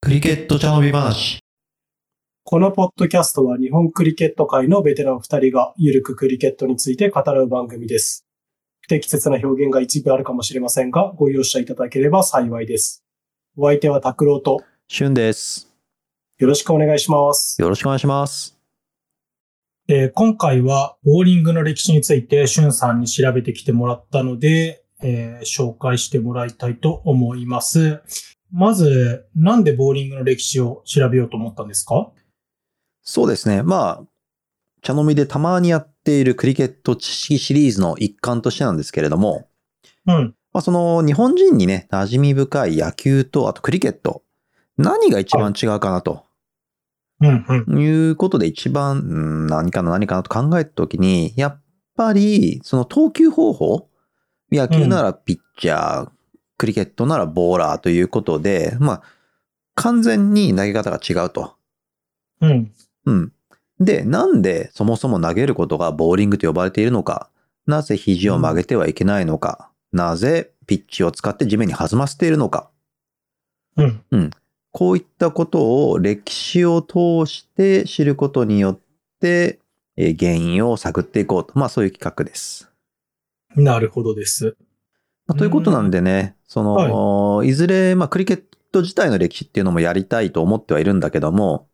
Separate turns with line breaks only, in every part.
クリケット茶飲み話。
このポッドキャストは日本クリケット界のベテラン2人がゆるくクリケットについて語らう番組です。不適切な表現が一部あるかもしれませんが、ご容赦いただければ幸いです。お相手は拓郎と
しゅんです。
よろしくお願いします。
よろしくお願いします。
えー今回はボーリングの歴史についてしゅんさんに調べてきてもらったので、えー紹介してもらいたいと思います。まず、なんでボーリングの歴史を調べようと思ったんですか
そうですね。まあ、茶飲みでたまにやっているクリケット知識シリーズの一環としてなんですけれども、
うん。
まあ、その日本人にね、馴染み深い野球と、あとクリケット、何が一番違うかなと
うん、うん。
いうことで一番、うん何かな何かなと考えたときに、やっぱり、その投球方法、野球ならピッチャー、クリケットならボーラーということで、まあ、完全に投げ方が違うと。
うん。
うん。で、なんでそもそも投げることがボーリングと呼ばれているのか、なぜ肘を曲げてはいけないのか、なぜピッチを使って地面に弾ませているのか、
うん。
こういったことを歴史を通して知ることによって、えー原因を探っていこうと。まあそういう企画です。
なるほどです。
まあということなんでね、その、い、ずれ、まあクリケット自体の歴史っていうのもやりたいと思ってはいるんだけども、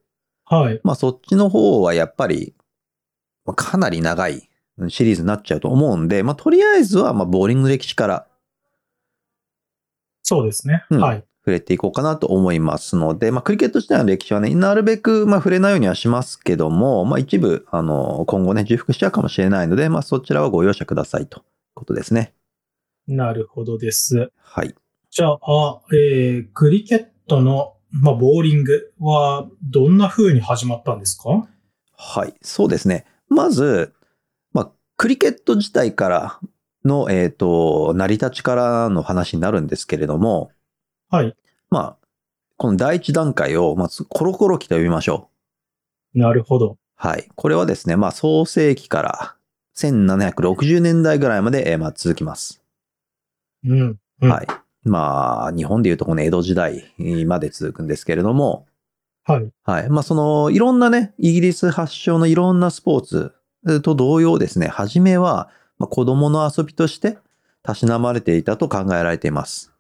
はい。
まあそっちの方はやっぱり、まあかなり長いうんシリーズになっちゃうと思うんで、まあとりあえずは、まあボーリングの歴史から
そうですね。
うん
はい。
触れていこうかなと思いますので、まあクリケット自体の歴史はね、なるべく、まあ触れないようにはしますけども、まあ一部、あの、今後ね、重複しちゃうかもしれないので、まあそちらはご容赦くださいということですね。
なるほどです。
はい。
じゃあ、えー、クリケットの、まあ、ボーリングはどんな風に始まったんですか
はい。そうですね。まず、まあクリケット自体からの、えっ、と、成り立ちからの話になるんですけれども、
はい。
まあ、この第一段階を、まず、コロコロ期と呼びましょう。
なるほど。
はい。これはですね、まあ、創世紀から1760年代ぐらいまで、えーまあ、続きます。
うん。うん
はい。まあ、日本でいうとこの江戸時代まで続くんですけれども、
はい。
はい。まあ、その、いろんなね、イギリス発祥のいろんなスポーツえーと同様ですね、初めは、まあ、子供の遊びとして、たしなまれていたと考えられています。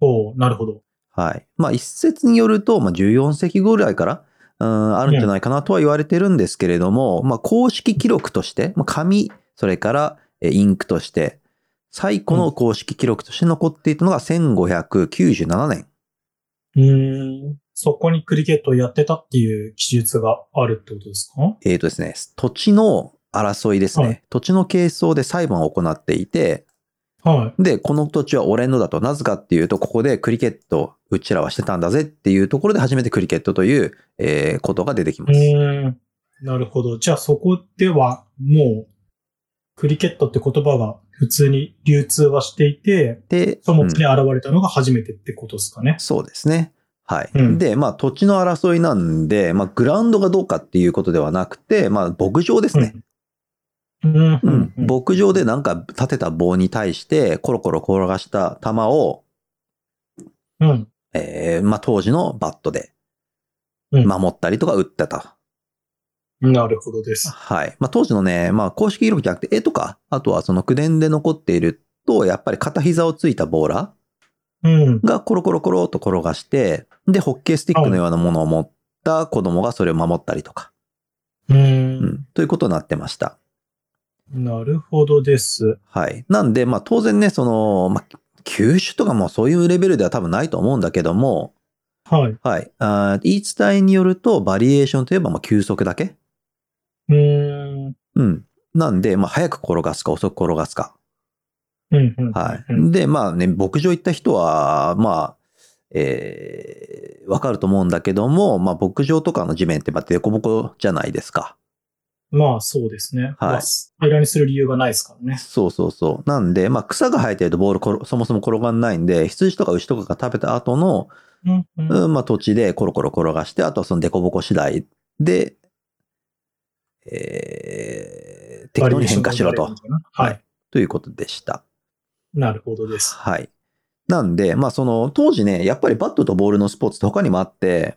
おーなるほど。
はい。まあ、一説によると、まあ、14世紀ぐらいから、うん、あるんじゃないかなとは言われてるんですけれども、まあ、公式記録として、まあ、紙、それからえインクとして、最古の公式記録として残っていたのが1597年。
うーん。そこにクリケットをやってたっていう記述があるってことですか
えっ、とですね、土地の争いですね。
はい
土地の係争で裁判を行っていて、
はい。
で、この土地は俺のだと、なぜかっていうと、ここでクリケット、うちらはしてたんだぜっていうところで初めてクリケットという、えーことが出てき
う
ます。
ーん。なるほど。じゃあそこではもう、クリケットって言葉が普通に流通はしていて、
で、
その
うん
地に現れたのが初めてってことですかね。
そうですね。はい。
うん
で、まあ土地の争いなんで、まあグラウンドがどうかっていうことではなくて、まあ牧場ですね。
うん。う
うんん。。牧場でなんか立てた棒に対してコロコロ転がした球を、
うん。
えーまあ当時のバットで
うん
守ったりとか打ってた。
なるほどです。
はい。まあ当時のね、まあ公式記録じゃなくて絵とか、あとはその口伝で残っていると、やっぱり片膝をついたボーラー、
うん。
がコロコロコロっと転がして、で、ホッケースティックのようなものを持った子供がそれを守ったりとか、
う。
うんん、ということになってました。
なるほどです。
はい。なんで、まあ当然ね、その、まあ、球種とかもそういうレベルでは多分ないと思うんだけども、
はい。
はい。あー言い伝えによると、バリエーションといえば、まあ球速だけ。
うーん。
うん。なんで、まあ早く転がすか遅く転がすか。
うん。うん
は
うん
い。で、まあね、牧場行った人は、まあ、えーわかると思うんだけども、まあ牧場とかの地面って、まあ凸凹じゃないですか。
まあ、そうですね。
はい
まあ平らにする理由がないですからね。
そうそうそう。なんで、まあ、草が生えてるとボール転そもそも転がんないんで、羊とか牛とかが食べた後の、
うん。うん
うんまあ、土地でコロコロ転がして、あとはその凸凹次第で、えー適当に変化しろ。
バリエーションが生まれ
と
るの、かなはい。
ということでした。
なるほどです。
はい。なんで、まあその当時ね、やっぱりバットとボールのスポーツって他にもあって、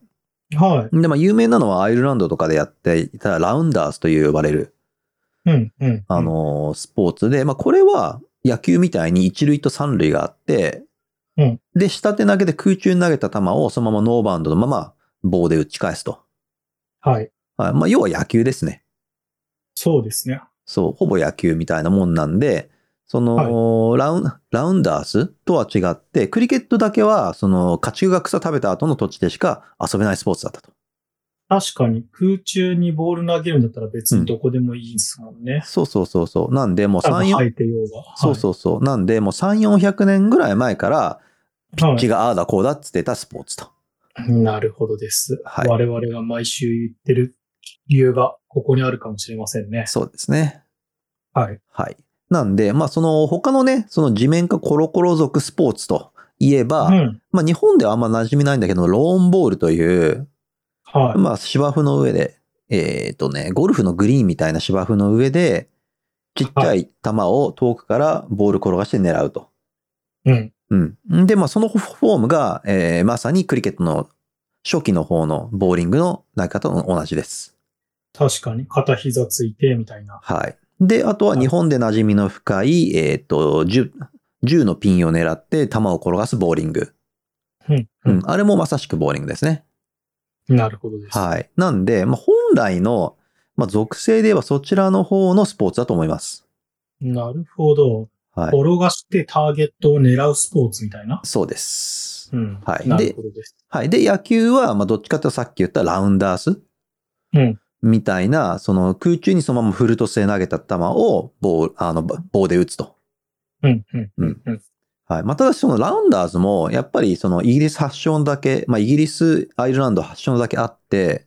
は
で、まあ有名なのはアイルランドとかでやっていたラウンダースという呼ばれる、
い。うん、うん。
あ、のースポーツで、まあこれは野球みたいに一塁と三塁があって、
うん
で、下手投げで空中に投げた球をそのままノーバウンドのまま棒で打ち返すと。
はい。
はいまあ要は野球ですね。
そうですね。
そう、ほぼ野球みたいなもんなんで、その、ラウン、ラウンダースとは違って、クリケットだけは、その、家畜が草食べた後の土地でしか遊べないスポーツだったと。
確かに空中にボール投げるんだったら別にどこでもいいですもんね。
そうそうそうそう。なんで、もう
多分
3、
生
4、
えてようが。
そうそうそう。なんで、もう3、400年ぐらい前から、
はい。
血がああだこうだっつってたスポーツと。
はいなるほどです。
はい
我々が毎週言ってる理由がここにあるかもしれませんね。
そうですね。
はい。
はい。なんで、まあ、その、他のね、その地面かコロコロ族スポーツといえば、
うん。
まあ、日本ではあんま馴染みないんだけど、ローンボールという、
はい。
まあ芝生の上で、えっ、とね、ゴルフのグリーンみたいな芝生の上で、ちっちゃい球を遠くからボール転がして狙うと。
うん。
うん。で、まあそのフォームが、えーまさにクリケットの初期の方のボーリングの投げ方と同じです。
確かに片膝ついてみたいな。
はい。で、あとは日本で馴染みの深い、えっ、と10、10のピンを狙って球を転がすボーリング。
うん。
う
うん
ん。あれもまさしくボーリングですね。
なるほどです。
はい。なんで、まあ本来の、まあ属性で言えばそちらの方のスポーツだと思います。
なるほど。
はい。
転がしてターゲットを狙うスポーツみたいな。
そうです。
うん。
はい
なるほどです。
はい。で、野球は、まあ、どっちかというとさっき言ったラウンダース
うん。
みたいな、その空中にそのままフルトスで投げた球を棒、あの、ば棒で打つと。
うん。うん。うん。うん。
はい。まあ、ただしそのラウンダーズも、やっぱりそのイギリス発祥のだけ、まあ、イギリス、アイルランド発祥のだけあって、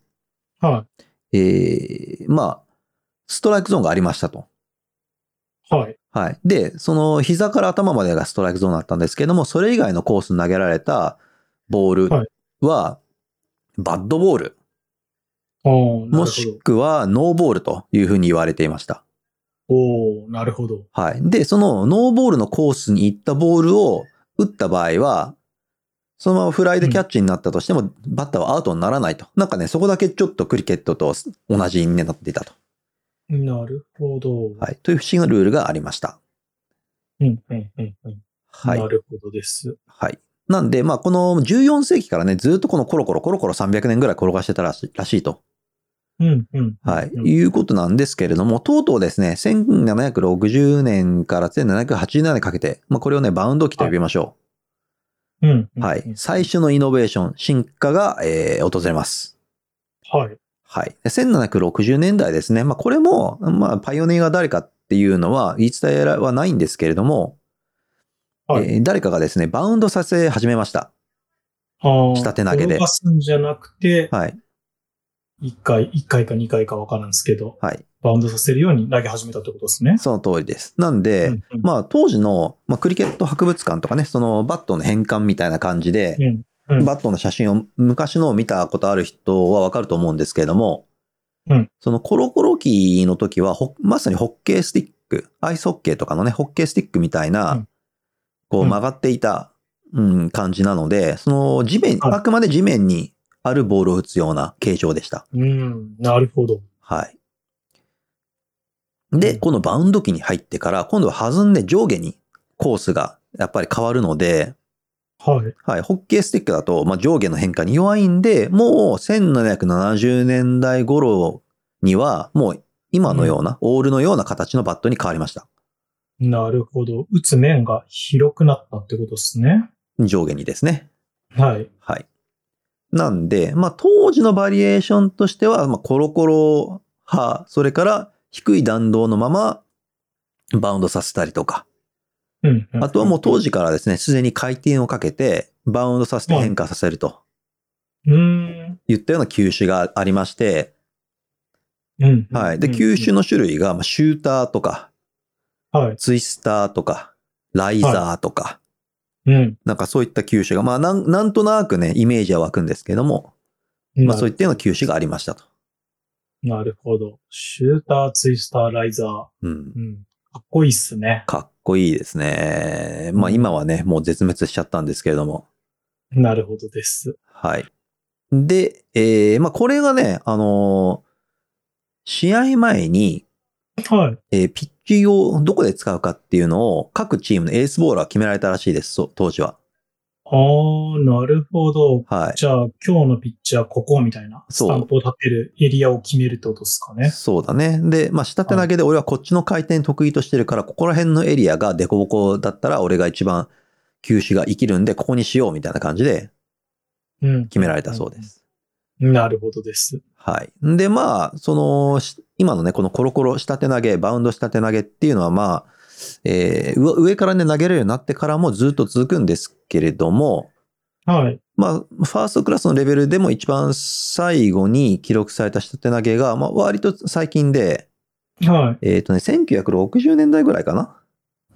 は
えー、まあ、ストライクゾーンがありましたと。
い。はい。
はい。で、その膝から頭までがストライクゾーンだったんですけども、それ以外のコースに投げられたボール
は
は、バッドボール、
ああ、な
も
るほど
し。くはノーボールというふうに言われていました。
おおなるほど。
はい。で、そのノーボールのコースに行ったボールを打った場合は、そのままフライでキャッチになったとしても、バッターはアウトにならないと。なんかね、そこだけちょっとクリケットと同じになっていたと。
なるほど。
はい。という不思議なルールがありました。
うん。うん。うん。うん。
はい
な。るほどです。
はい。なんで、まあ、この14世紀からね、ずっとこのコロコロコロコロ300年ぐらい転がしてたらしらしいと、
うん。うん。
はい、
うん
いうことなんですけれども、とうとうですね、1760年から1780年にかけて、まあ、これをね、バウンド期と呼びましょ
うん。
う。はい
うん。
最初のイノベーション、進化が、えー訪れます。
はい。
はい。で1760年代ですね。まあ、これも、まあ、パイオニアが誰かっていうのは言い伝えはないんですけれども、
はい
えー誰かがですね、バウンドさせ始めました。
ああ。
下手投げで
転がすんじゃなくて、
はい。
一回、一回か二回かわからんですけど、
はい。
バウンドさせるように投げ始めたってことですね。
その通りです。なんで、
うんうん
まあ、当時の、まあ、クリケット博物館とかね、そのバットの変換みたいな感じで、
うんうん
バットの写真を昔のを見たことある人はわかると思うんですけれども、
うん
そのコロコロキーの時はほまさにホッケースティック、アイスホッケーとかのね、ホッケースティックみたいな、
うん
こう
うん
曲がっていた、うん、感じなので、その地面、
はい
あくまで地面にあるボールを打つような形状でした。
うん、なるほど。
はい。で、
うん
このバウンド機に入ってから、今度は弾んで上下にコースがやっぱり変わるので、
はい。
はい、ホッケースティックだと、まあ、上下の変化に弱いんで、もう1770年代頃には、もう今のような、オールのような形のバットに変わりました。
なるほど。打つ面が広くなったってことですね。
上下にですね。
はい。
はい。なんで、まあ、当時のバリエーションとしては、まあ、コロコロ派、それから低い弾道のままバウンドさせたりとか、
うん、うん
あとはもう当時からですね、すでに回転をかけて、バウンドさせて変化させると
うーん。
いったような球種がありまして、
うん。
はい。で、
うん
球種。の種類が、まあシューターとか、
はい。
ツイスターとか、ライザーとか、
うん。
なんかそういった球種が、まあなん、なんとなくね、イメージは湧くんですけども、まあそういったような球種がありましたと。
なるほど。シューター、ツイスター、ライザ
う
ー。
ん
う。ん。かっこいいっすね。
かっこいいですね。まあ今はね、もう絶滅しちゃったんですけれども。
なるほどです。
はい。で、えーまあこれがね、あのー試合前に、
はい。
えーピッチをどこで使うかっていうのを各チームのエースボーラーが決められたらしいです、そう当時は。
ああ、なるほど。
はい。
じゃあ、今日のピッチャーここみたいな、
そう
スタンプを立てるエリアを決めるってことですかね。
そうだね。で、まあ、下手投げで俺はこっちの回転得意としてるから、ここら辺のエリアがデコボコだったら、俺が一番球種が生きるんで、ここにしようみたいな感じで
うん。
決められたそうです。
なるほどです。
はい。で、まあ、その、し今のね、このコロコロ下手投げ、バウンド下手投げっていうのは、まあ、えー上上からね、投げれるようになってからもずっと続くんですけれども、
はい。
まあ、ファーストクラスのレベルでも一番最後に記録された下手投げが、まあ、割と最近で、
は
えっ、とね、1960年代ぐらいかな。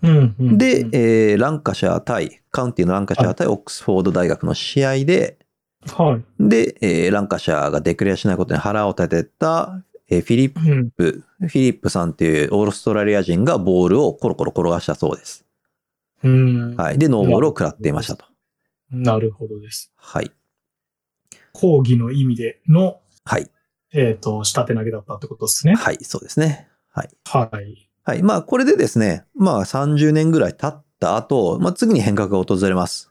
い。うん、うん。
で、えーランカシャー対、カウンティのランカシャー対オックスフォード大学の試合で、
は
で、えーランカシャーがデクレアしないことに腹を立てた、えーフィリッ
い。うん。
プ、フィリップさんっていうオーストラリア人がボールをコロコロ転がしたそうです。
うん。
はい。で、ノーボールを食らっていましたと。
なるほどです。
はい。
講義の意味での、
はい。
えっ、と、下手投げだったってことですね。
はい。そうですね。はい。
はい。
はい。まあ、これでですね、まあ、30年ぐらい経った後、まあ、次に変革が訪れます。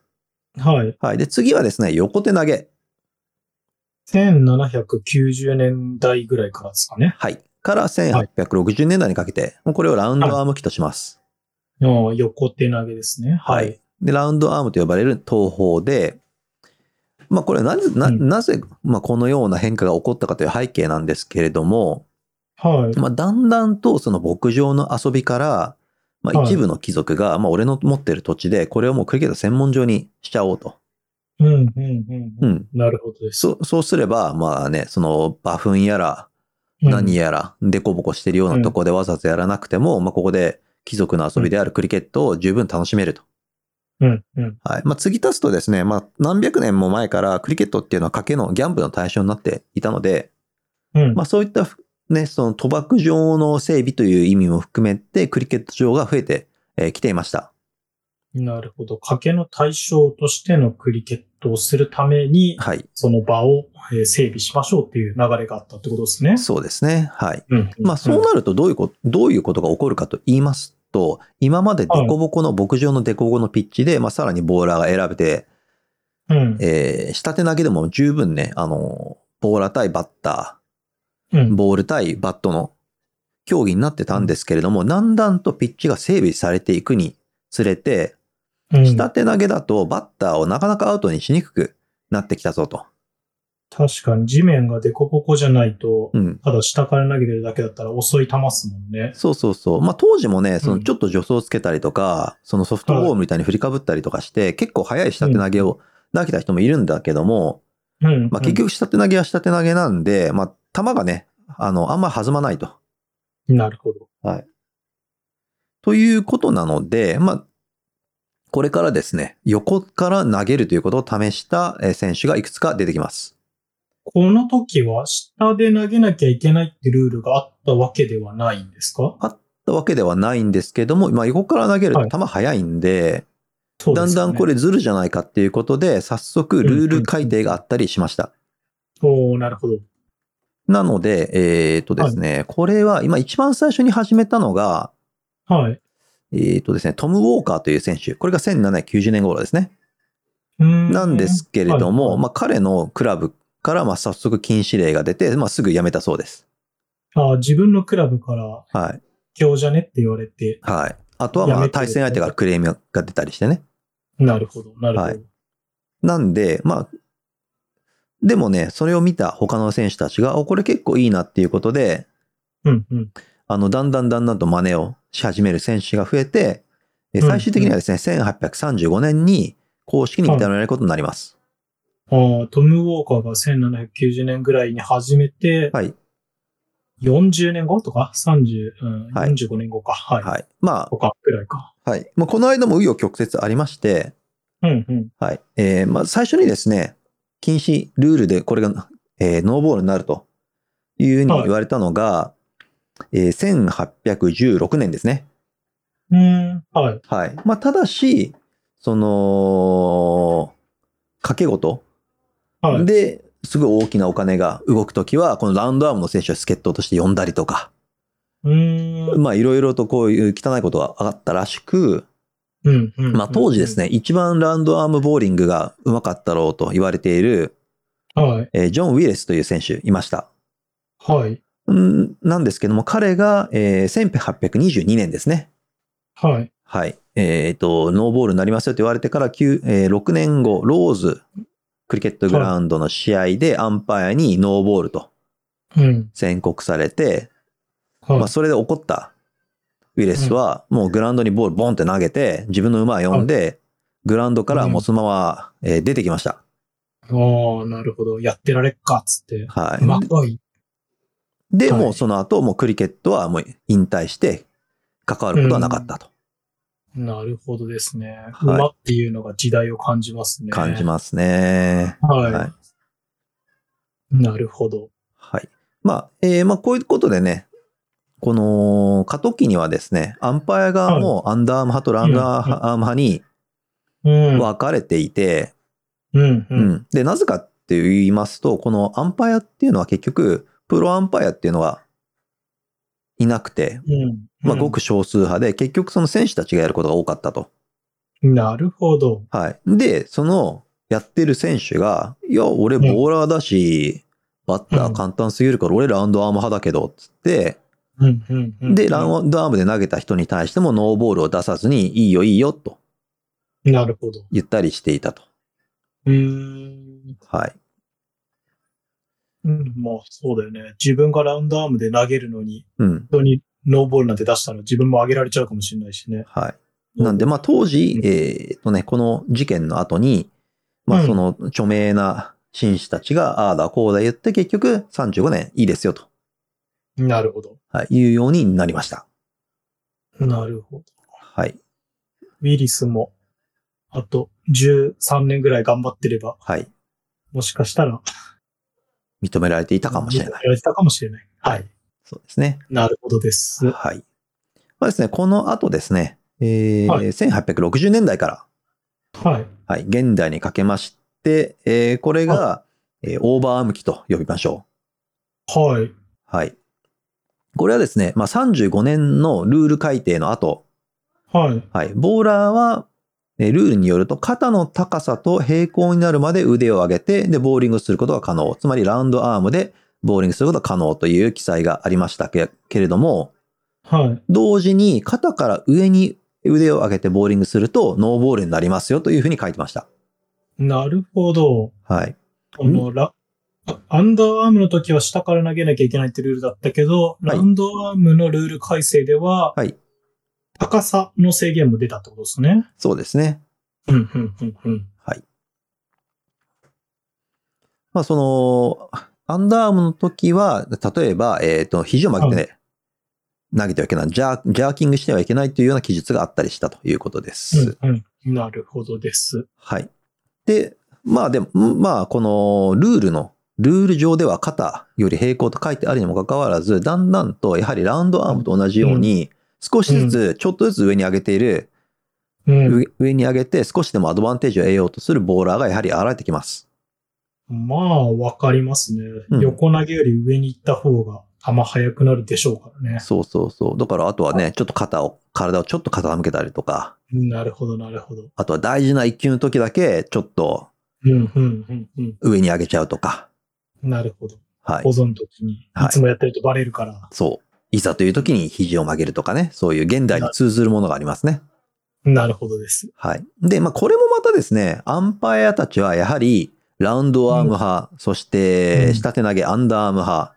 はい。
はい。で、次はですね、横手投げ。
1790年代ぐらいからですかね。
はい。から1860年代にかけて、もうこれをラウンドアーム機とします。
の横手投げですね。は
はいい。。で、ラウンドアームと呼ばれる東方で、まあこれはなぜ、な
うん
なぜ、まあ、このような変化が起こったかという背景なんですけれども、
はい。
まあ、だんだんとその牧場の遊びから、まあ、
はい
一部の貴族が、まあ、俺の持ってる土地で、これをもうクリケット専門場にしちゃおうと。
うん、うん、うん。
う
うん
ん。
なるほどです。
そそうすれば、まあね、その、馬糞やら、
うん
何やら、デコボコしてるようなとこでわざわざやらなくても、まあ、ここで貴族の遊びであるクリケットを十分楽しめると。
うん、うん。
はい。まあ、継ぎ足すとですね、まあ、何百年も前からクリケットっていうのは賭けのギャンブルの対象になっていたので、
うん。
まあ、そういった、ね、その賭博場の整備という意味も含めて、クリケット場が増えてえーきていました。
なるほど。賭けの対象としてのクリケットをするために、
はい。
その場をえー整備しましょうっていう流れがあったってことですね。
そうですね。はい。
うん。
まあ、そうなるとどういうこと、どういうことが起こるかと言いますと、今までデコボコの、牧場のデコボコのピッチで、まあ、さらにボーラーが選べて、
うん。
えー下手投げでも十分ね、あの、ボーラー対バッター、
うん。
ボール対バットの競技になってたんですけれども、だんだんとピッチが整備されていくにつれて、
うん
下手投げだとバッターをなかなかアウトにしにくくなってきたぞと。
確かに地面がデコボコじゃないと、
うん。
ただ下から投げてるだけだったら遅い球っすもんね。
そうそうそう。まあ当時もね、そうの
ん
ちょっと助走つけたりとか、そのソフトボールみたいに振りかぶったりとかして、結構速い下手投げを投げた人もいるんだけども、
うん。
まあ結局下手投げは下手投げなんで、まあ球がね、あの、あんま弾まないと。
うんなるほど。
ということなので、まあ、これからですね、横から投げるということを試したえー選手がいくつか出てきます。
この時は下で投げなきゃいけないってルールがあったわけではないんですか
というわけではないんですけども、まあ、横から投げる
は
と
い
球速いんで、
そうで
だん
す
だ
かね
んこ。れズルじゃないかっていうことで、早速ルール改定があったりしました。
おーなるほど。
なので、えっ、とですね、これは今一番最初に始めたのが、
はい。
えっ、とですね、トム・ウォーカーという選手、これが1790年頃ですね。な
なん
ですけれども、
はい
まあ、彼のクラブからまあ早速禁止令が出て、まあ、すぐ辞めたそうです。
あー自分のクラブから
はい。
今日じゃねって言われて、
はい。あとはま
辞
あ
めて
対戦相手からクレームが出たりしてね。
なるほど、なるほど。
はいなんで、まあ、でもね、それを見た他の選手たちが、お、これ結構いいなっていうことで、
うんうん。
あの、だんだんだんだんと真似をし始める選手が増えて、え最終的にはですね、1835年に公式に認められることになります。
あートム・ウォーカーが1790年ぐらいに始めて、
はい。
40年後とか ?30、うん、
はい
45年後か。はい。
はい。ま
とか、ぐらいか。
あ、はい。まあ、この間も紆余曲折ありまして、
うんうん。
はい。えーまあ、最初にですね、禁止ルールでこれが、えーノーボールになるというふうに言われたのが、えー1816年ですね。
うん。はい。
はい。まあ、ただし、その、掛け事
はい。
で、すごい大きなお金が動くときは、このラウンドアームの選手を助っ人として呼んだりとか、
うん。
まあ、いろいろとこういう汚いことがあったらしく、
うん。うん
まあ、当時です。ね、一番ラウンドアームボーリングがうまかったろうと言われている、
はい。
えージョン・ウィレスという選手いました。
はい。
うんなんですけども、彼が、えー1822年ですね。
はい。
はい。えっ、と、ノーボールになりますよって言われてから9、えー6年後、ローズクリケットグラウンドの試合でアンパイアにノーボールと
うん。
宣告されて、
はい
まあ、。それで怒ったウィレスは、もうグラウンドにボールボンって投げて、自分の馬を呼んで、グラウンドからもうそのまま、えー出てきました。
ああ、なるほど。やってられっか、つって。
は
うま
い。
くい。
で、
はい
もうその後、もうクリケットはもう引退して、関わることはなかったと
なるほどですね。
は
う
い
まっていうのが時代を感じますね。
感じますね。
す。はい。
はい
なるほど。
はい。まあ、えーまあ、こういうことでね、この過渡期にはですね、アンパイア側もアンダーアーム派とラウンダーアーム派に
うん。
分かれていて、
うん。う。
うんんで、なぜかって言いますと、このアンパイアっていうのは結局、プロアンパイアっていうのはいなくて、
うん。
まあ、ごく少数派で、結局その選手たちがやることが多かったと。
なるほど。
はい。で、その、やってる選手が、いや、俺ボーラーだし、バッター簡単すぎるから、俺ラウンドアーム派だけど、つって、
うん。うん。うん
で、ラウンドアームで投げた人に対してもノーボールを出さずに、いいよいいよと
なるほど。
言ったりしていたと。
うーん。
はい。
うん。まあ、そうだよね。自分がラウンドアームで投げるのに、
うん。
本当にノーボールなんて出したら自分も上げられちゃうかもしれないしね。
はい。なんで、まあ当時、
うん
えっとね、この事件の後に、まあ
うん
その著名な紳士たちが、ああだこうだ言って結局35年いいですよと、
なるほど。
はい、いうようになりました。
なるほど。
はい。
ウィリスも、あと13年ぐらい頑張ってれば、
はい。
もしかしたら、
認められていたかもしれない。
やれてたかもしれない。はい。
そうですね。
なるほどです。
はい。まあですね、この後ですね、えー
はい
1860年代から
はい。
はい、現代にかけまして、えーこれが、えーオーバーアーム機と呼びましょ
はい。
う。はい。これはですね、まあ、35年のルール改定の後、
はい。
はい、ボーラーは、えールールによると肩の高さと平行になるまで腕を上げて、で、ボーリングすることが可能。つまりラウンドアームでボーリングすることが可能という記載がありましたけけれども、
はい。
同時に肩から上に腕を上げてボーリングするとノーボールになりますよというふうに書いてました。
なるほど。
はい。
このラ、あアンダーアームの時は下から投げなきゃいけないってルールだったけど、
はい
ラウンドアームのルール改正では、
はい。
高さの制限も出たってことですね。
そうですね。
うん、うん、うん、うん。
まあ、その、アンダーアームの時は、例えば、えっ、と、肘を曲げて、ね、投げてはいけないジャー、ジャーキングしてはいけないというような記述があったりしたということです。
うん、うん。なるほどです。
はい。で、まあでも、んまあ、このルールの、ルール上では肩より平行と書いてあるにもかかわらず、だんだんと、やはりラウンドアームと同じように、少しずつ、ちょっとずつ上に上げている、
うん。
上上に上げて、少しでもアドバンテージを得ようとするボーラーがやはり現れてきます。
まあ、わかりますね、
うん
横投げより上に行った方が球速くなるでしょうからね。
そうそうそう。だから、あとはね、ちょっと肩を、体をちょっと傾けたりとか、
なるほど、なるほど。
あとは大事な一球の時だけ、ちょっと
うん、うん、うん、うん。
上に上げちゃうとか、
なるほど。
は
保
い。
存の時に、い
はい
つもやってるとバレるから。
そう。いざという時に肘を曲げるとかね、そういう現代に通ずるものがありますね。
なるほどです。
はい。で、まあ、これもまたですね、アンパイアたちはやはり、ラウンドアーム派、そし
うん
て、下手投げアンダーアーム派、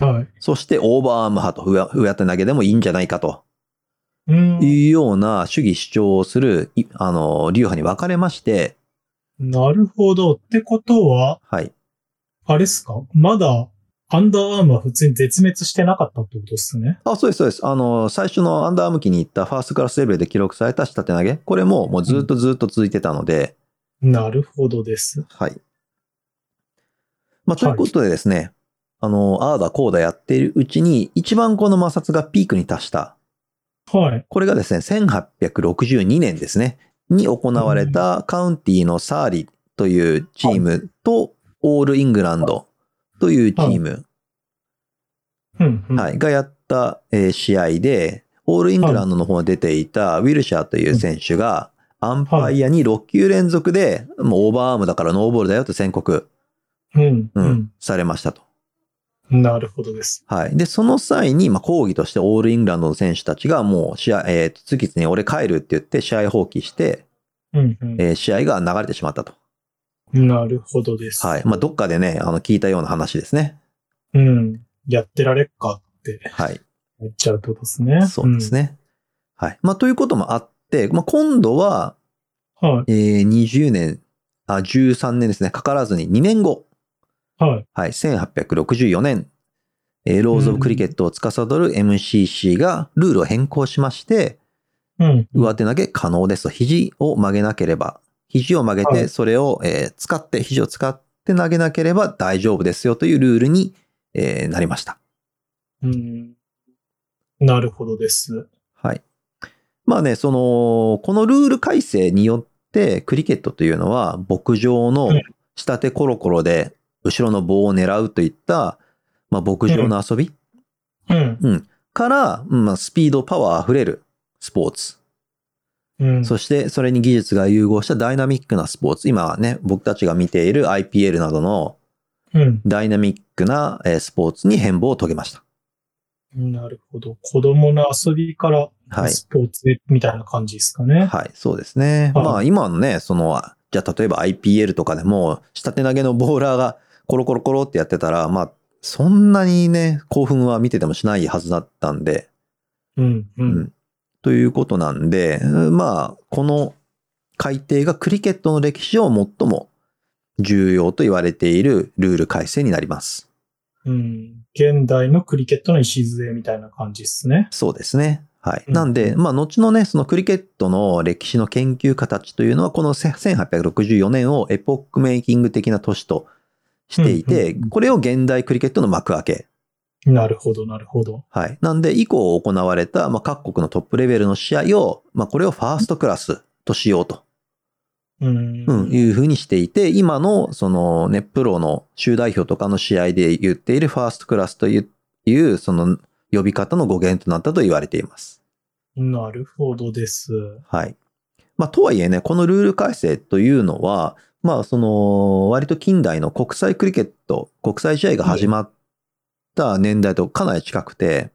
はい。
そしてオーバーアーム派と、上上手投げでもいいんじゃないかと
うん。
いうような主義主張をする、いあの、流派に分かれまして、
なるほど。ってことは、
はい。
あれっすかまだ、アンダーアームは普通に絶滅してなかったってことっすね。
あ、そうです、そうです。あの、最初のアンダーアーム機に行ったファーストクラスレベルで記録された下手投げ、これももうずっとずっと続いてたので、
なるほどです。
はい。まあ、ということでですね、あの、ああだこうだやっているうちに、一番この摩擦がピークに達した
はい。
これがですね、1862年ですね、に行われたカウンティのサーリというチームと、オールイングランドというチーム、
うん、うん。
はい、がやった、えー試合で、オールイングランドの方に出ていたウィルシャーという選手が、アンパイアに6球連続で、もうオーバーアームだからノーボールだよと宣告、
うん、
う
うんん。
されましたと。
なるほどです。
はい。で、その際に、まあ、抗議としてオールイングランドの選手たちが、もう試合、えーと、次々に俺帰るって言って、試合放棄して、
うん、うん。
えー試合が流れてしまったと。
なるほどです。
はい。まあ、どっかでね、あの、聞いたような話ですね。
うん。やってられっかって
はい。
言っちゃうってことですね。
そうですね。はい。まあ、ということもあって、まあ、今度は、
うん。は
えー20年、あ、13年ですね。かからずに2年後。
い。はい。
はい。1864年。えーローズ・オブ・クリケットを司る MCC がルールを変更しまして、
うん。
上手投げ可能ですと。肘を曲げなければ、肘を曲げ
は
て、
い
それを、えー使って、肘を使って投げなければ大丈夫ですよというルールに、えーなりました。
うん。なるほどです。
はい。まあね、その、このルール改正によって、クリケットというのは、牧場の
うん
下手コロコロで、後ろの棒を狙うといった、まあ、牧場の遊び
うん。
から、うんまあ、スピード、パワーあふれるスポーツ。
うん。
そして、それに技術が融合したダイナミックなスポーツ。今ね、僕たちが見ている IPL などの
うん。
ダイナミックなえースポーツに変貌を遂げました。
なるほど。子供の遊びから
はい。
スポーツでみたいな感じですかね。
はい、そうですね。
はい
まあ、今のね、その、じゃあ、例えば IPL とかでも、下手投げのボーラーがコロコロコロってやってたら、まあ、そんなにね、興奮は見ててもしないはずだったんで、
うん。う。
うんんということなんで、うんまあ、この改定がクリケットの歴史を最も重要と言われているルール改正になります。
うん。現代のクリケットの礎みたいな感じですね。
そうですね。はい。
うん
なんで、まあ、後のね、そのクリケットの歴史の研究家たちというのは、このせ1864年をエポックメイキング的な年としていて、これを現代クリケットの幕開け。
なるほど、なるほど。
はい。なんで、以降行われた、まあ、各国のトップレベルの試合を、まあ、これをファーストクラスとしようと
うん。
うん、いうふうにしていて、今の、そのね、プロの州代表とかの試合で言っているファーストクラスという、いうその呼び方の語源となったと言われています。
なるほどです。
はい。まあ、とはいえね、このルール改正というのは、まあ、その、割と近代の国際クリケット、国際試合が始まった年代とかなり近くて、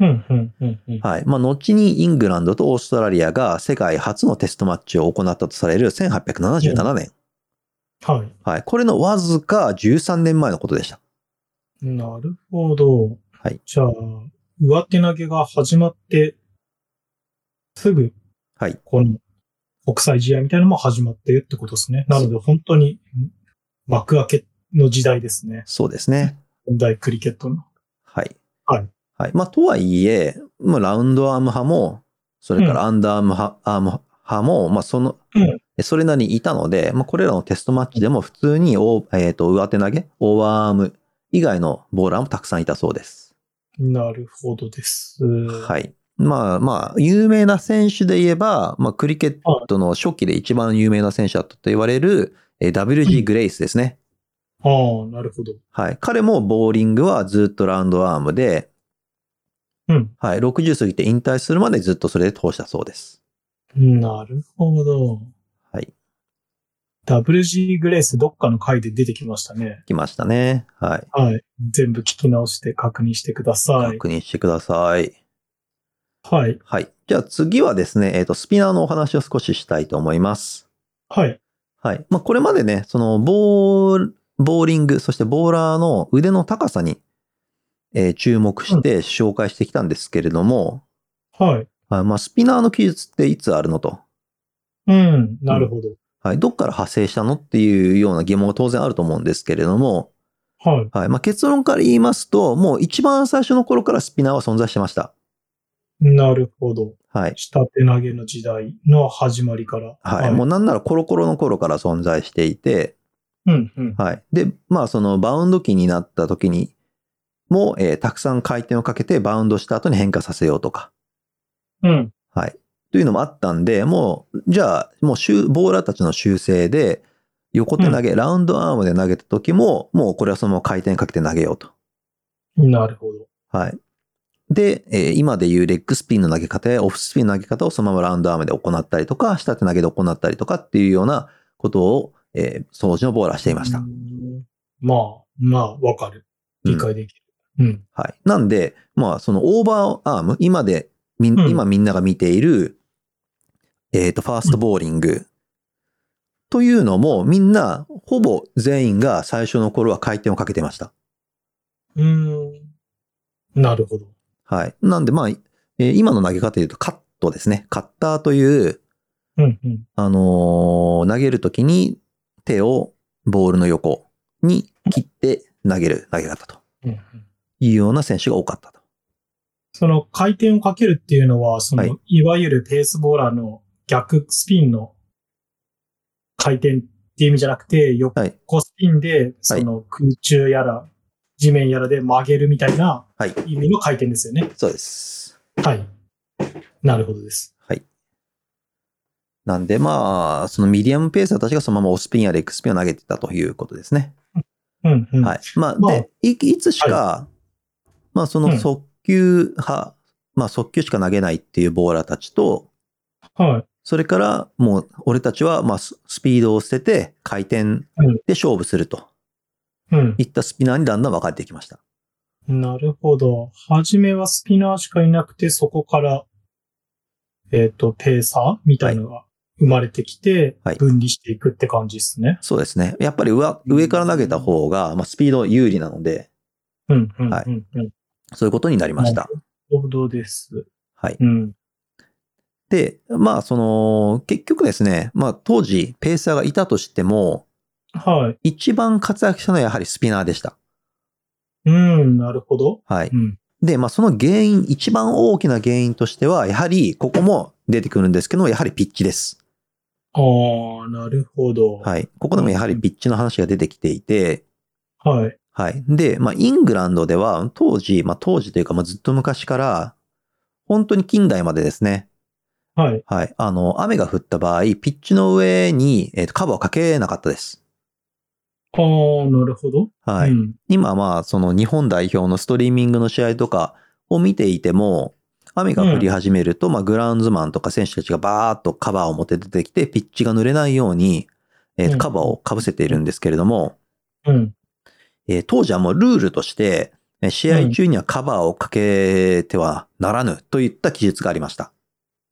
うん、うん、うん、うん。
はい。まあ、後にイングランドとオーストラリアが世界初のテストマッチを行ったとされる1877年。
はい。
はい。これのわずか13年前のことでした。
なるほど。
はい。
じゃあ、上手投げが始まって、すぐ、
はい。
この国際試合みたいなのも始まってるってことですね。なので、本当に、幕開けの時代ですね。
そうですね。
現代クリケットの。
はい。
はい。
はい。まあ、とはいえ、まあ、ラウンドアーム派も、それからアンダーアーム派,、アーム派も、まあ、その、
うん
それなりにいたので、まあ、これらのテストマッチでも普通にお、えー、と上手投げ、オーバーアーム以外のボーラーもたくさんいたそうです。
なるほどです。。
はいい。まあまあ、有名な選手で言えば、まあ、クリケットの初期で一番有名な選手だったと言われる、えー WG グレイスですね。
ああ、なるほど。
はい。彼もボーリングはずっとラウンドアームで、
うん。
はい、60過ぎて引退するまでずっとそれで通したそうです。
なるほど。
はい。
WG グレースどっかの回で出てきましたね。
来ましたね。はい。
はい。全部聞き直して確認してください。
確認してください。
はい。
はい。じゃあ次はですね、えっ、と、スピナーのお話を少ししたいと思います。
はい。
はい。まあ、これまでね、その、ボー、ボーリング、そしてボーラーの腕の高さに、えー注目して紹介してきたんですけれども、
はい。
はいまあ、スピナーの技術っていつあるのと、
うん。なるほど。
はい、どっから派生したのっていうような疑問が当然あると思うんですけれども、
はい。
はい。まあ、結論から言いますと、もう一番最初の頃からスピナーは存在してました。
なるほど。
はい。
下手投げの時代の始まりから。
はい。もうなんならコロコロの頃から存在していて、
うん、うん。
はい。で、まあ、そのバウンド期になった時にも、えーたくさん回転をかけてバウンドした後に変化させようとか、
うん。
はい。というのもあったんで、もう、じゃあ、もうシュー、ボーラーたちの修正で、横手投げ、ラウンドアームで投げた時も、もうこれはそのまま回転かけて投げようと。
なるほど。
はい。で、えー今でいうレッグスピンの投げ方やオフスピンの投げ方をそのままラウンドアームで行ったりとか、下手投げで行ったりとかっていうようなことを、えー、掃除のボーラーしていました
う。んまあ、まあ、わかる。理解できる。うん。
はい。なんで、まあ、そのオーバーアーム、今で、みん
うん
今みんなが見ている、えっ、と、ファーストボーリング。というのも、みんな、ほぼ全員が最初の頃は回転をかけてました。
うん。なるほど。
はい。なんで、まあ、えー今の投げ方で言うと、カットですね。カッターという、
うん、うん。
あのー投げるときに手をボールの横に切って投げる投げ方と
うんうん
いうような選手が多かったと。
その回転をかけるっていうのは、その、
はい
い、わゆるペースボーラーの逆スピンの回転っていう意味じゃなくて、
はい
横スピンで、その空中やら、地面やらで曲げるみたいな
はい
意味の回転ですよね。
そうです。
はい。なるほどです。
なんで、まあ、そのミディアムペースは私がそのままオスピンやレッグスピンを投げてたということですね。
うん、うん。
はい。まあ、
まあ
で、いいつしか、まあ、そうの
ん
速球派、まあ、速球しか投げないっていうボーラーたちと、
はい。
それから、もう、俺たちは、まあ、ススピードを捨てて、回転で勝負すると
うん。
いったスピナーにだんだん分かれてきました。
なるほど。はじめはスピナーしかいなくて、そこから、えっ、と、ペーサーみたいのが生まれてきて
はい、
分離していくって感じですね。
そうですね。やっぱり上上から投げた方が、まあ、スピード有利なので、
うん、うん、うん、うん。
はい
なる
そういうことになりました。
ほどです。
はい。
うん。
で、まあ、その、結局ですね、まあ、当時、ペーサーがいたとしても、
はい。
一番活躍したのはやはりスピナーでした。
うん、なるほど。
はい。
うん。
で、まあ、その原因、一番大きな原因としては、やはり、ここも出てくるんですけども、やはりピッチです。
ああ、なるほど。い。
はい。ここでもやはりピッチの話が出てきていて、
はい。
はい。で、まあ、イングランドでは、当時、まあ、当時というか、まあ、ずっと昔から、本当に近代までですね、
はい。
はい。あの、雨が降った場合、ピッチの上に、えーとカバーをかけなかったです。
ああ、なるほど。
はい。
うん。
今、まあ、その日本代表のストリーミングの試合とかを見ていても、雨が降り始めると、まあ、グラウンズマンとか選手たちがバーッとカバーを持って出てきて、ピッチが濡れないように、えー
う
と
ん
カバーをかぶせているんですけれども、
うん。
えー当時はもうルールとして、えー試合中にはカバーをかけてはならぬといった記述がありました。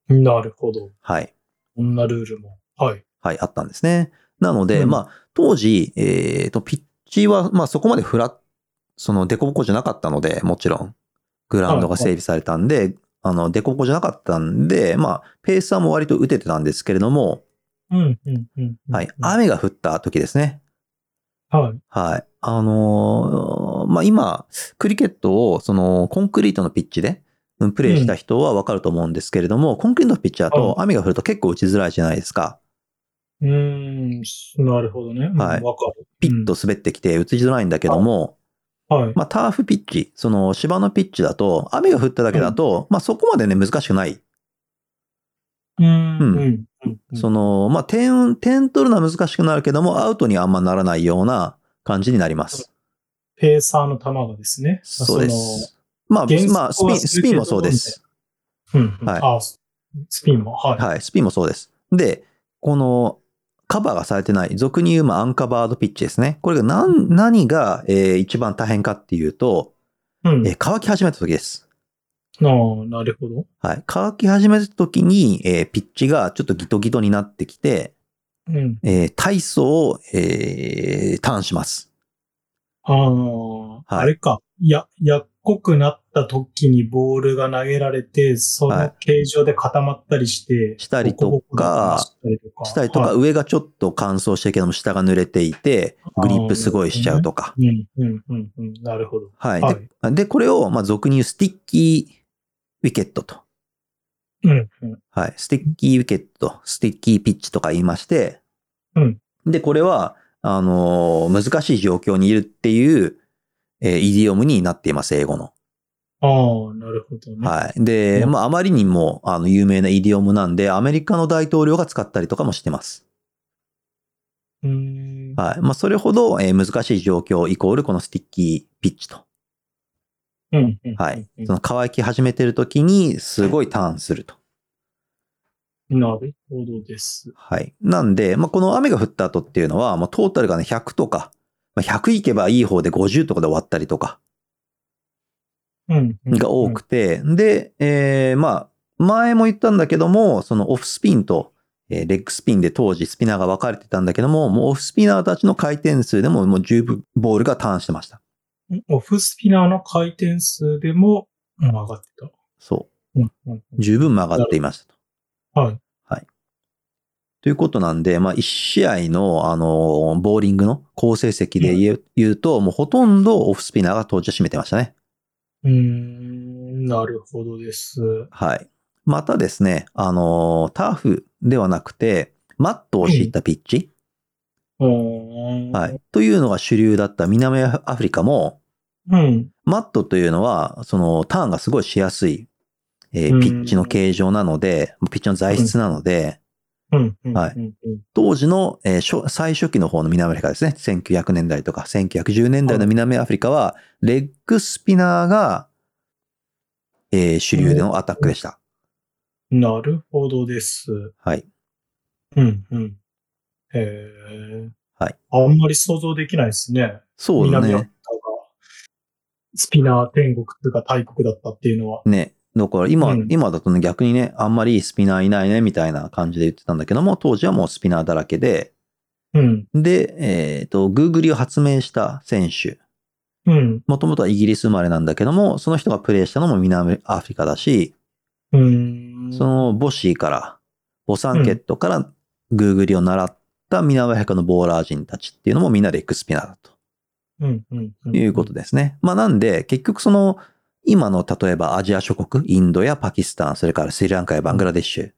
なるほど。
はい。
こんなルールも。はい。
はい、あったんですね。なので、
うん
まあ、当時、えっ、と、ピッチは、まあ、そこまでフラッ、その、デコボコじゃなかったので、もちろん、グラウンドが整備されたんで、あの、デコボコじゃなかったんで、まあ、ペースはもう割と打ててたんですけれども、
うん、うん、うん。
はい、
はい。
雨が降った時ですね。
はい。
はい。あのーまあ、今、クリケットを、その、コンクリートのピッチで、うんプレイした人はわかると思うんですけれども、コンクリートのピッチだと雨が降ると結構打ちづらいじゃないですか。
うーん、なるほどね。うん
はい
わかる。
ピッと滑ってきて打ちづらいんだけども、
うん。はい。
まあ、ターフピッチ、その芝のピッチだと、雨が降っただけだと、まあ、そこまでね、難しくない。
う
う
ん。うんん。うん
その、まあ、点、点取るのは難しくなるけども、アウトにあんまならないような感じになります。
ペーサーの球がですね。
そうで
の。
す。まあ、
原則
まあ、スピン、
は
スピンもそうです。
うん。
はい
あススピンも。はい。
はい、スピンもそうです。で、この、カバーがされてない、俗に言う、まあ、アンカバードピッチですね。これが何、何が、えー一番大変かっていうと、
うん。
え
あ
ー乾き始めた時です。
あ、なるほど。
はい。乾き始めた時に、えーピッチがちょっとギトギトになってきて、
うん。
えー体操を、えーターンします。
ああ、
い
あれか。や、やっこくなった時にボールが投げられて、そ
は
の
い
形状で固まったりして、
したりとか
ボコボコだったりとか
したりとか、
は
上がちょっと乾燥してるけども、下が濡れていて、グリップすごいしちゃうとか。
いうん、うん、うん、うん。なるほど。
はい。
は
でで、これを、まあ、俗に言うスティッキーウィケットと。
うん、うん。
はい。スティッキーウィケット、スティッキーピッチとか言いまして。
うん
で、これは、あのー難しい状況にいるっていう、えーイディオムになっています、英語の。
ああ、なるほどね。
はい。で、
うん
まあ、あまりにも、あの、有名なイディオムなんで、アメリカの大統領が使ったりとかもしてます。
うーん。
はい。まあ、それほど、えー難しい状況イコール、このスティッキーピッチと。
うんうん
はい。
うん
その乾き始めてる時に、すごいターンすると。
なるほどです。
はい。なんで、まあ、この雨が降った後っていうのは、もうトータルがね、100とか、まあ、100いけばいい方で50とかで終わったりとか
うん。うん
が多く。て、で、えーまあ、前も言ったんだけども、そのオフスピンと、えーレッグスピンで当時スピナーが分かれてたんだけども、もうオフスピナーたちの回転数でももう十分ボールがターンしてました。
うんオフスピナーの回転数でも、うん上がってた。
そ
うんうん
う。十分曲がっていましたと。
うんはい。
ということなんで、まあ、1試合の、あの、ボーリングの好成績で言う,、言うと、もうほとんどオフスピナーが当時は占めてましたね。
うーん、なるほどです。
はい。またですね、あの、ターフではなくて、マットを敷いたピッチ、
は
はい。。というのが主流だった南アフリカも、
うん。
マットというのは、その、ターンがすごいしやすい、えー
うん
ピッチの形状なので、ピッチの材質なので、
うん。うん
はい。
うんうん
当時の、えー初最初期の方の南アフリカですね。1900年代とか1910年代の南アフリカは、レッグスピナーが、えー主流でのアタックでした。
なるほどです。
はい。
うん、うん。へえ。
はい。
あんまり想像できないですね。
そうだ
南アフリ
ね。
カが、スピナー天国というか大国だったっていうのは。
ね。だから今、
うん
今だとね、逆にね、あんまりいいスピナーいないね、みたいな感じで言ってたんだけども、当時はもうスピナーだらけで、
うん。
で、えっ、と、グーグリを発明した選手、
うん。
もともとはイギリス生まれなんだけども、その人がプレイしたのも南アフリカだし、
うーん。
そのボシーから、ボサンケットからグーグリを習った南アフリカのボーラー人たちっていうのもみんなレッグスピナーだ
うん、うん。
ということ
で。
ですね。まあなんで、結局その、今の例えばアジア諸国、インドやパキスタン、それからスリランカやバングラデシュ、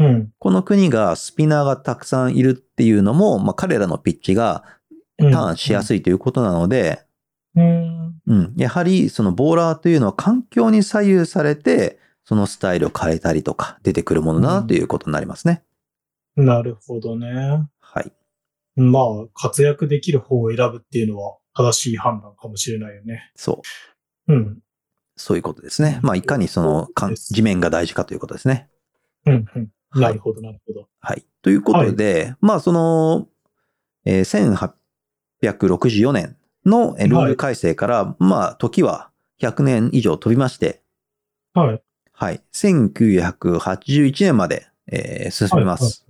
うん。
この国がスピナーがたくさんいるっていうのも、まあ彼らのピッチが
タ
ターンしや
い。
すいということなので、
うん。
うん、やはりそのボーラーというのは環境に左右されて、そのスタイルを変えたりとか出てくるものだなということになりますね。
なるほどね。
はい。
まあ、活躍できる方を選ぶっていうのは正しい判断かもしれないよね。
そう。
うん。
そういうことですね。まあ、いかにそのかん
です
地面が大事かということですね。
うん、うん。な
はい
るほど、なるほど。
はい。ということで、まあ、その、えー1864年のえールール改正から、まあ、時は100年以上飛びまして、
はい。
はい。1981年まで、えー進みます。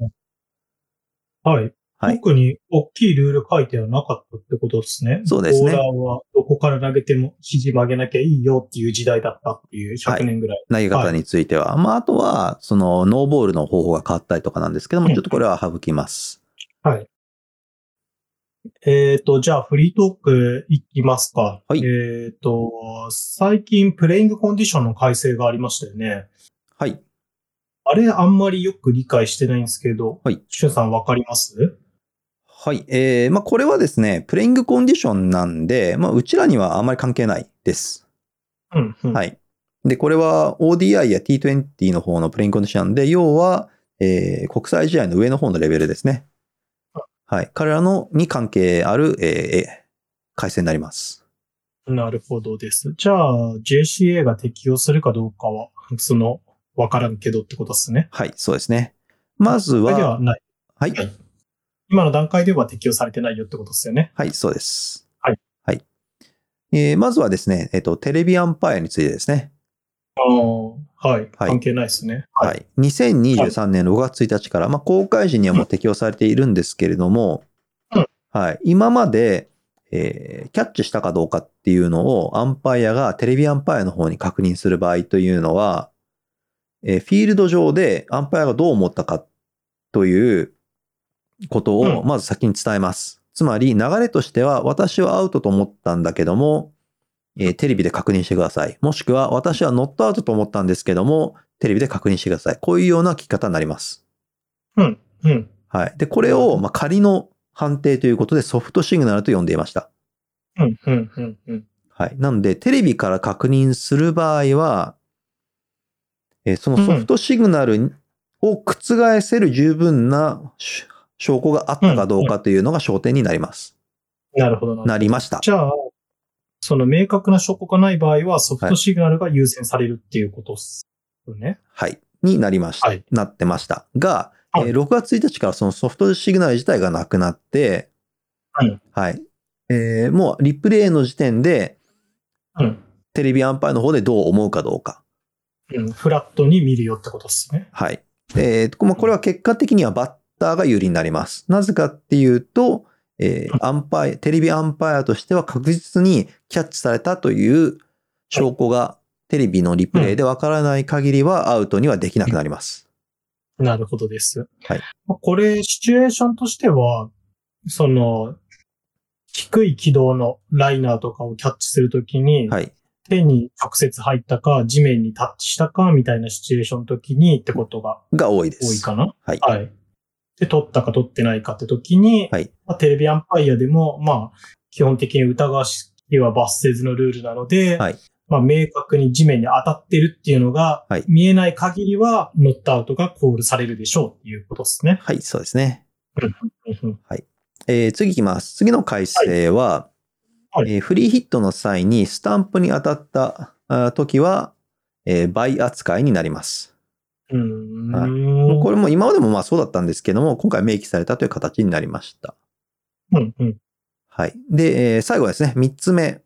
はい。はい。
はい。
特に大きいルール改定はなかったってことですね。
そうですね
ボーラーはどこから投げても肘曲げなきゃいいよっていう時代だったっていう100年ぐらい。
投げ方については。まあ、あとは、その、ノーボールの方法が変わったりとかなんですけども、
うん
ちょっとこれは省きます。
えっ、と、じゃあフリートークいきますか。
はい
えっ、と、最近プレイングコンディションの改正がありましたよね。
はい。
あれあんまりよく理解してないんですけど、
はい。
シュンさんわかります
はい。えー、まあ、これはですね、プレイングコンディションなんで、まあ、うちらにはあまり関係ないです。
うん、うん。。
はいい。で、これは ODI や T20 の方のプレイングコンディションで、要は、えー国際試合の上の方のレベルですね。はい。彼らのに関係ある、えー、回線になります。
なるほどです。じゃあ JCA が適用するかどうかは、その、わからんけどってことですね。
はい。そうですね。まず
それでは
は、
ない。
はい。
今の段階では適用されてないよってことですよね。
はい、そうです。
はい。
はい。えーまずはですね、えっ、と、テレビアンパイアについてですね。
ああ、はい。
はい
関係ないですね。。
はいい。2023年6月1日から、まあ、公開時にはもう適用されているんですけれども、
うん
はい。今まで、えーキャッチしたかどうかっていうのを、アンパイアがテレビアンパイアの方に確認する場合というのは、えーフィールド上でアンパイアがどう思ったかということを、
うん
まず先に伝えます。つまり、流れとしては、私はアウトと思ったんだけども、えーテレビで確認してください。もしくは、私はノットアウトと思ったんですけども、テレビで確認してください。こういうような聞き方になります。
うん。うん。
はい。で、これを、まあ、仮の判定ということでソフトシグナルと呼んでいました。
うん。うん。うん。うん。
はい。なので、テレビから確認する場合は、えーそのソフトシグナルを覆せる十分なし証拠があったかどうかというのが焦点になります。
なるほどな。
なりました。
じゃあ、その明確な証拠がない場合は、ソフトシグナルが優先されるっていうことですよね。
はい。になりました。
はい
なってました。が、えー
はい
6月1日からそのソフトシグナル自体がなくなって、
はい。
えーもうリプレイの時点で、
うん。
テレビアンパイの方でどう思うかどうか。
うん、フラットに見るよってことですね。
はい。えーとまあ、これは結果的にはバッターが有利になります。なぜかっていうと、えーアンパイ、テレビアンパイアとしては確実にキャッチされたという証拠がテレビのリプレイでわからない限りはアウトにはできなくなります。
なるほどです。
はい
まあ。これ、シチュエーションとしては、その、低い軌道のライナーとかをキャッチするときに、
はい。
手に直接入ったか、地面にタッチしたか、みたいなシチュエーションのときにってことが
が多いで
多い
す。
かな
はい。
はい。で、取ったか取ってないかって時に、
はい
まあ、テレビアンパイアでも、まあ、基本的に疑わしきは罰せずのルールなので、
はい
まあ、明確に地面に当たってるっていうのが
はい、
見えない限りは、ノットアウトがコールされるでしょうっていうことですね。
はい、そうですね。
うん
えー次いきます。次の改正は、
はいはい
えーフリーヒットの際にスタンプに当たったあー時は、えー倍扱いになります。
うん。
はい
うん
これも今までもまあそうだったんですけども、今回明記されたという形になりました。
うんうん。
はい。で、えー最後ですね、3つ目。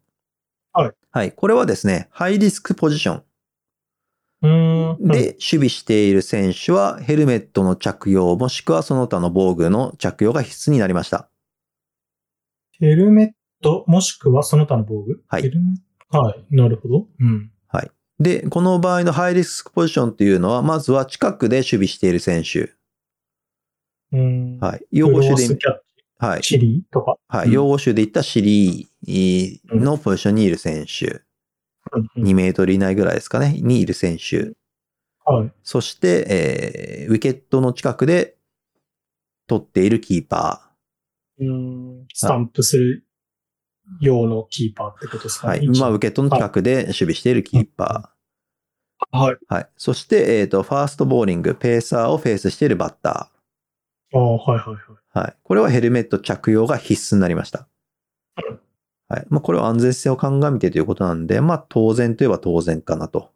はい。
はい。これはですね、ハイリスクポジション
うん。うん、
で守備している選手はヘルメットの着用もしくはその他の防具の着用が必須になりました。
ヘルメット、もしくはその他の防具
はい
ヘルメット。はい。なるほど。うん。
で、この場合のハイリスクポジションというのは、まずは近くで守備している選手。
うん。い。
はい。用
ロ
語
ー
手
ス
で、
キャッ
はい。
チリーとか。
はい。用語手で言ったシリーのポジションにいる選手。
うんうん
2メートル以内ぐらいですかね。にいる選手。
はい。
そして、えーウィケットの近くで取っているキーパ
うんスタンプする用のキーパーってことで
ー。
すかね。
はい。
一
まあ、ウィケットの近くで守備しているキーパ
はい。
ー。はい。そして、えっ、と、ファーストボーリング、ペーサーをフェースしているバッタ
ああ、はいはいはい。
ー。はい。これはヘルメット着用が必須になりました
うん。
はい。まあ、これは安全性を鑑みてということなんで、まあ、当然といえば当然かなと。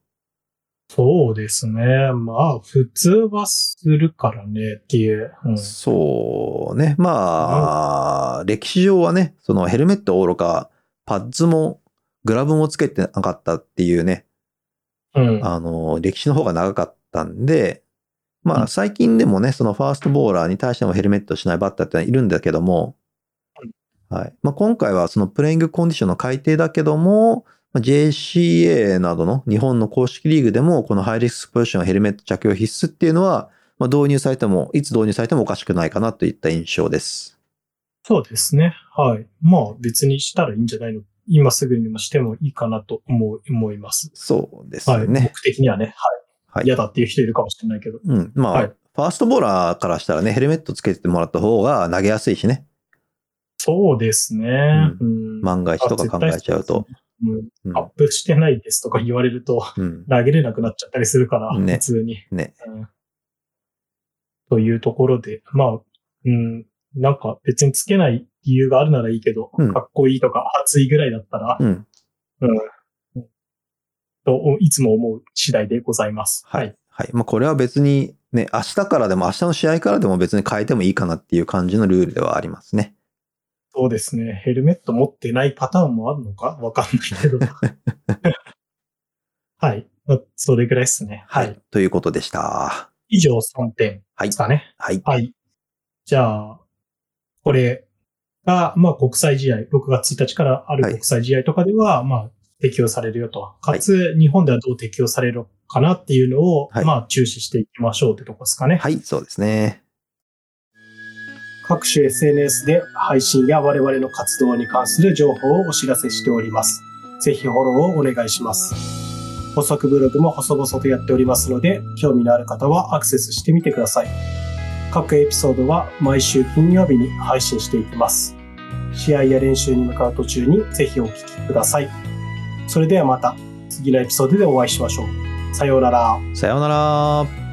そうですね。まあ、普通はするからねっていう。うん
そうね。まあ、歴史上はね、そのヘルメットおろか、パッズも、グラブもつけてなかったっていうね、
うん。
あの、歴史の方が長かったんで、ま
う
あ、最近でもね、そのファーストボーラーに対してもヘルメットしないバッターってのはいるんだけども、はい。まあ、今回はそのプレイングコンディションの改定だけども、まあ JCA などの日本の公式リーグでも、このハイリスクポジションヘルメット着用必須っていうのは、まあ、導入されても、いつ導入されてもおかしくないかなといった印象です。
そうですね。はい。まあ、別にしたらいいんじゃないの。今すぐにでもしてもいいかなと思う、思います。
そうです
はい。
ね。
僕的にはね。は。
はいい
嫌だっていう人いるかもしれないけど。
うん。まあ、
はい
ファーストボーラーからしたらね、ヘルメットつけてもらった方が投げやすいしね。
そうですね。うん。
万が一とか考えちゃうと。
うん。
うん
アップしてないですとか言われると、
うん。
投げれなくなっちゃったりするから、
ね
普通に。
ね。
うんというところで、まあ、うん、なんか別につけない理由があるならいいけど、
うん
かっこいいとか熱いぐらいだったら、
うん。
といつも思う次第でございます。
はい。。はい。まあ、これは別に、ね、明日からでも、明日の試合からでも別に変えてもいいかなっていう感じのルールではありますね。
そうですね。ヘルメット持ってないパターンもあるのかわかんない けど。はい。まあそれぐらいですね。はい。。
ということでした。
以上3点
はい
です。かね。
はい。
はい。じゃあ、これが、まあ国際試合、6月1日からある
はい
国際試合とかでは、まあ適用されるよと。かつ、日本ではどう適用されるのかなっていうのを、
はい
まあ注視していきましょうってとこですかね。
はい、そうですね。
各種 SNS で配信や我々の活動に関する情報をお知らせしております。ぜひフォローをお願いします。補足ブログも細々とやっておりますので、興味のある方はアクセスしてみてください。各エピソードは毎週金曜日に配信していきます。試合や練習に向かう途中にぜひお聞きください。それではまた次のエピソードでお会いしましょう。さようなら。
さようなら。